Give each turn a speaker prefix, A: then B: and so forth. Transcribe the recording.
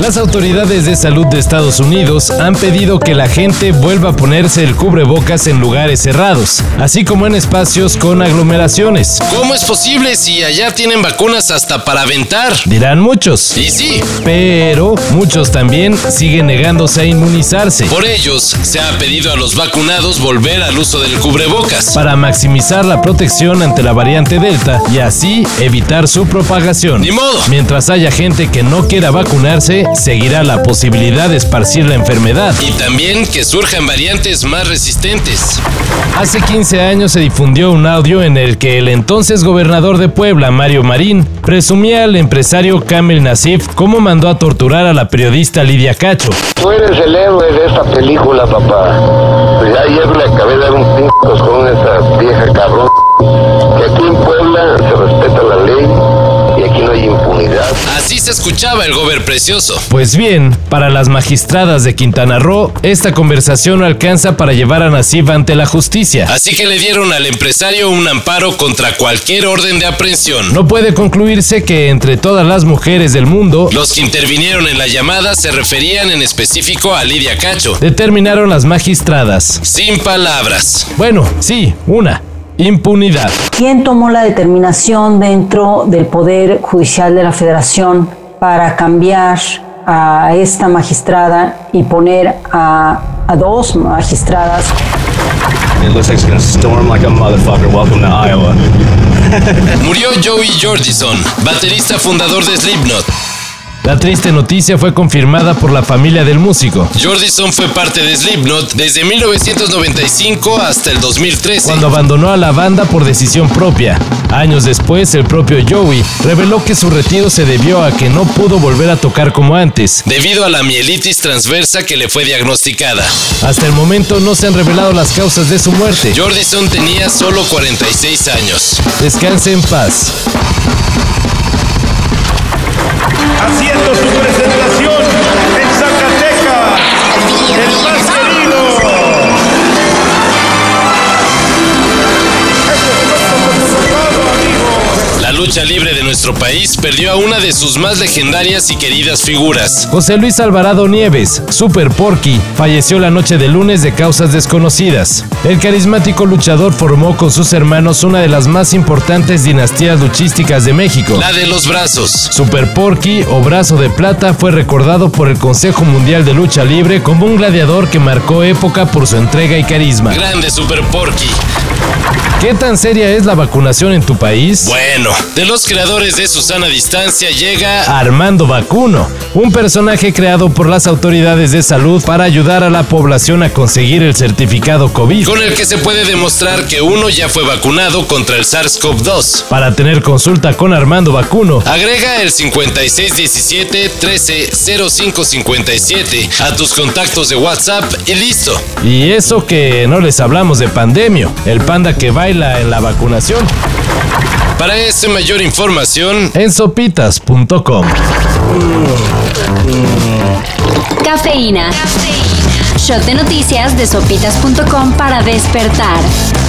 A: Las autoridades de salud de Estados Unidos han pedido que la gente vuelva a ponerse el cubrebocas en lugares cerrados, así como en espacios con aglomeraciones.
B: ¿Cómo es posible si allá tienen vacunas hasta para aventar?
A: Dirán muchos.
B: Y sí,
A: Pero muchos también siguen negándose a inmunizarse.
B: por ellos se ha pedido a los vacunados volver al uso del cubrebocas.
A: para maximizar la protección ante la variante Delta y así evitar su propagación.
B: Ni modo.
A: Mientras haya gente que no quiera vacunarse, seguirá la posibilidad de esparcir la enfermedad.
B: Y también que surjan variantes más resistentes.
A: Hace 15 años se difundió un audio en el que el entonces gobernador de Puebla, Mario Marín, presumía al empresario Kamel Nasif cómo mandó a torturar a la periodista Lidia Cacho.
C: Tú eres el héroe de esta película, papá. Pues ya ayer le acabé de dar un pinto con esa vieja cabrón. Que aquí en Puebla se respeta la ley y aquí no hay impunidad.
B: Así se escuchaba el gober precioso.
A: Pues bien, para las magistradas de Quintana Roo, esta conversación no alcanza para llevar a Nasif ante la justicia.
B: Así que le dieron al empresario un amparo contra cualquier orden de aprehensión.
A: No puede concluirse que entre todas las mujeres del mundo
B: Los que intervinieron en la llamada se referían en específico a Lidia Cacho.
A: determinaron las magistradas.
B: Sin palabras.
A: Bueno, sí, una. Impunidad.
D: ¿Quién tomó la determinación dentro del Poder Judicial de la Federación para cambiar a esta magistrada y poner a, a dos magistradas?
E: It looks like it's gonna storm like a motherfucker. Welcome to Iowa.
B: Murió Joey Jordison, baterista fundador de Slipknot.
A: La triste noticia fue confirmada por la familia del músico.
B: Jordison fue parte de Slipknot desde 1995 hasta el 2013.
A: Cuando abandonó a la banda por decisión propia. Años después, el propio Joey reveló que su retiro se debió a que no pudo volver a tocar como antes.
B: Debido a la mielitis transversa que le fue diagnosticada,
A: Hasta el momento no se han revelado las causas de su muerte.
B: Jordison tenía solo 46 años.
A: Descanse en paz.
F: haciendo su presentación en Zacatecas, el más querido. Eso es todo por su lado, amigos.
B: La lucha libre de nuestro país perdió a una de sus más legendarias y queridas figuras.
A: José Luis Alvarado Nieves, Super Porky, falleció la noche de lunes de causas desconocidas. El carismático luchador formó con sus hermanos una de las más importantes dinastías luchísticas de México.
B: La de los brazos.
A: Super Porky o Brazo de Plata fue recordado por el Consejo Mundial de Lucha Libre como un gladiador que marcó época por su entrega y carisma.
B: Grande Super Porky.
A: ¿Qué tan seria es la vacunación en tu país?
B: Bueno, de los creadores de Susana Distancia llega
A: Armando Vacuno, un personaje creado por las autoridades de salud para ayudar a la población a conseguir el certificado COVID.
B: con el que se puede demostrar que uno ya fue vacunado contra el SARS-CoV-2.
A: Para tener consulta con Armando Vacuno,
B: Agrega el 5617-130557 a tus contactos de WhatsApp y listo.
A: y eso que no les hablamos de pandemia, el panda que baila en la vacunación,
B: Para esa mayor información,
A: en sopitas.com.
G: Cafeína. Shot de noticias de sopitas.com para despertar.